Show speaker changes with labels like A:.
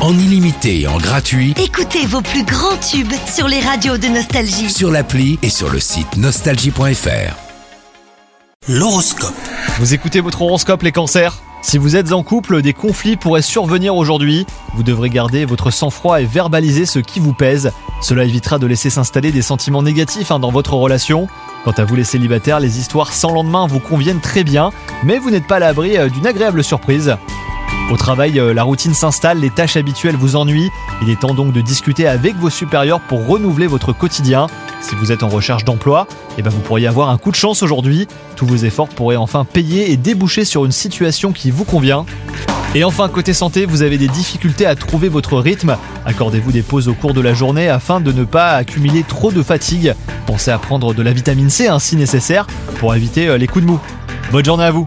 A: en illimité et en gratuit
B: Écoutez vos plus grands tubes sur les radios de Nostalgie.
A: sur l'appli et sur le site nostalgie.fr.
C: L'horoscope.
D: Vous écoutez votre horoscope les cancers Si vous êtes en couple, des conflits pourraient survenir aujourd'hui. Vous devrez garder votre sang-froid et verbaliser ce qui vous pèse. Cela évitera de laisser s'installer des sentiments négatifs hein, dans votre relation. Quant à vous les célibataires, les histoires sans lendemain vous conviennent très bien, mais vous n'êtes pas à l'abri euh, d'une agréable surprise. Au travail, euh, la routine s'installe, les tâches habituelles vous ennuient. Il est temps donc de discuter avec vos supérieurs pour renouveler votre quotidien. Si vous êtes en recherche d'emploi, eh ben vous pourriez avoir un coup de chance aujourd'hui. Tous vos efforts pourraient enfin payer et déboucher sur une situation qui vous convient. Et enfin, côté santé, vous avez des difficultés à trouver votre rythme. Accordez-vous des pauses au cours de la journée afin de ne pas accumuler trop de fatigue. Pensez à prendre de la vitamine C hein, si nécessaire pour éviter euh, les coups de mou. Bonne journée à vous